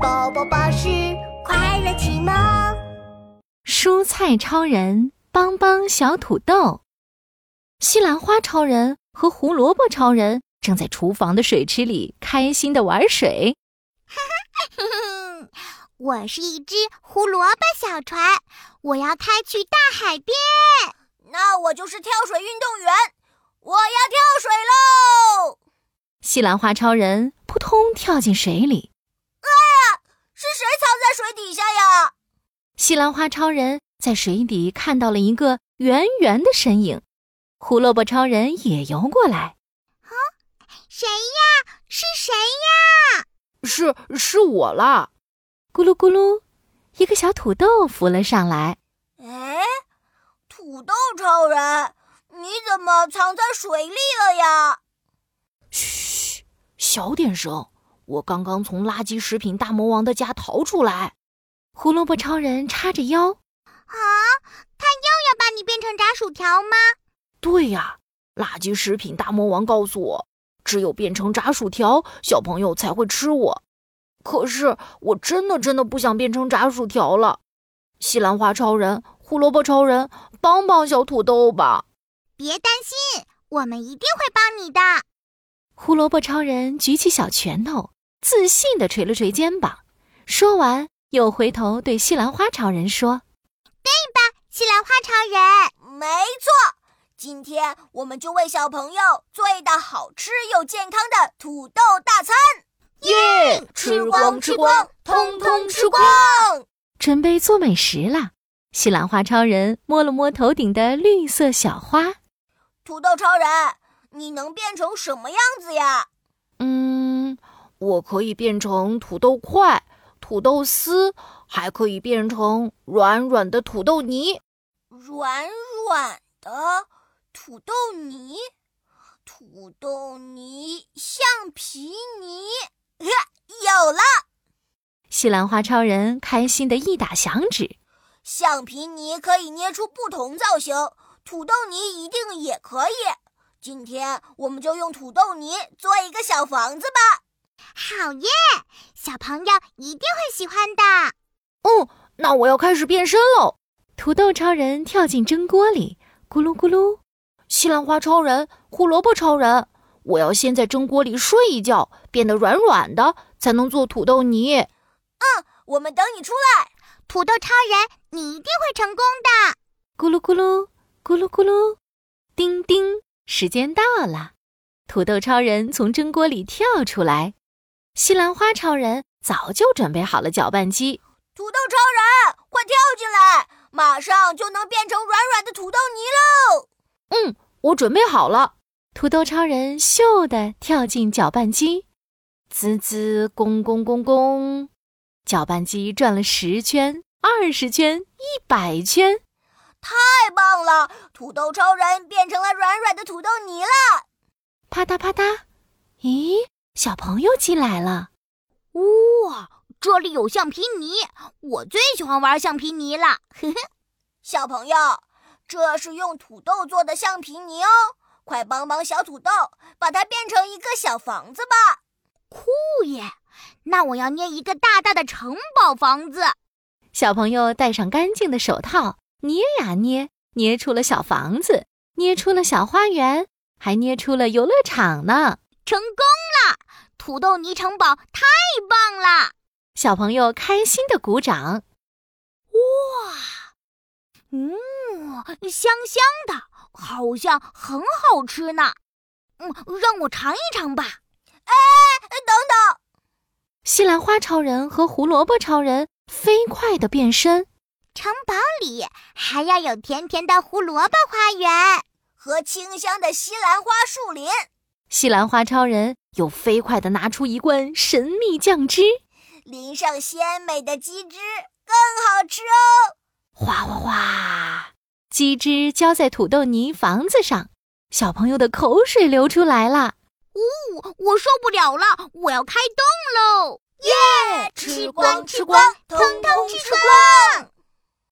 宝宝巴士快乐启蒙。蔬菜超人帮帮小土豆，西兰花超人和胡萝卜超人正在厨房的水池里开心的玩水。嗯我是一只胡萝卜小船，我要开去大海边。那我就是跳水运动员，我要跳水喽！西兰花超人扑通跳进水里，是谁藏在水底下呀？西兰花超人在水底看到了一个圆圆的身影，胡萝卜超人也游过来。谁呀？是谁呀？是是我啦！咕噜咕噜，一个小土豆浮了上来。哎，土豆超人，你怎么藏在水里了呀？嘘，小点声！我刚刚从垃圾食品大魔王的家逃出来。胡萝卜超人叉着腰，啊，他又要把你变成炸薯条吗？对呀、垃圾食品大魔王告诉我，只有变成炸薯条，小朋友才会吃我。可是我真的真的不想变成炸薯条了。西兰花超人、胡萝卜超人，帮帮小土豆吧！别担心，我们一定会帮你的。胡萝卜超人举起小拳头，自信地捶了捶肩膀。说完，又回头对西兰花超人说西兰花超人，没错，今天我们就为小朋友做一道好吃又健康的土豆大餐，：“吃光吃光，通通吃光！”准备做美食啦。西兰花超人摸了摸头顶的绿色小花，土豆超人，你能变成什么样子呀？嗯，我可以变成土豆块、土豆丝，还可以变成软软的土豆泥。软软的土豆泥，土豆泥，橡皮泥， 呵有了！西兰花超人开心的一打响指。橡皮泥可以捏出不同造型，土豆泥一定也可以。今天我们就用土豆泥做一个小房子吧。好耶！小朋友一定会喜欢的。哦那我要开始变身喽！土豆超人跳进蒸锅里，咕噜咕噜。西兰花超人、胡萝卜超人，我要先在蒸锅里睡一觉，变得软软的，才能做土豆泥。我们等你出来。土豆超人，你一定会成功的。咕噜咕噜，咕噜咕噜，叮叮，时间到了。土豆超人从蒸锅里跳出来，西兰花超人早就准备好了搅拌机。土豆超人，快跳进来，马上就能变成软软的土豆泥喽！我准备好了，土豆超人咻地跳进搅拌机，滋滋咣咣咣咣，搅拌机转了十圈、二十圈、一百圈。太棒了，土豆超人变成了软软的土豆泥了。啪嗒啪嗒，咦，小朋友进来了。哇，这里有橡皮泥，我最喜欢玩橡皮泥了。呵呵，小朋友，这是用土豆做的橡皮泥哦，快帮帮小土豆，把它变成一个小房子吧。不耶，那我要捏一个大大的城堡房子。小朋友戴上干净的手套，捏呀捏，捏出了小房子，捏出了小花园，还捏出了游乐场呢。成功了！土豆泥城堡太棒了！小朋友开心的鼓掌。嗯，香香的，好像很好吃呢。嗯，让我尝一尝吧。哎，等等，西兰花超人和胡萝卜超人飞快的变身，城堡里还要有甜甜的胡萝卜花园。和清香的西兰花树林，西兰花超人又飞快的拿出一罐神秘酱汁，淋上鲜美的鸡汁，更好吃哦。哗哗哗，鸡汁浇在土豆泥房子上，小朋友的口水流出来啦。我哦我受不了了，我要开动喽！吃光吃光，通通吃光。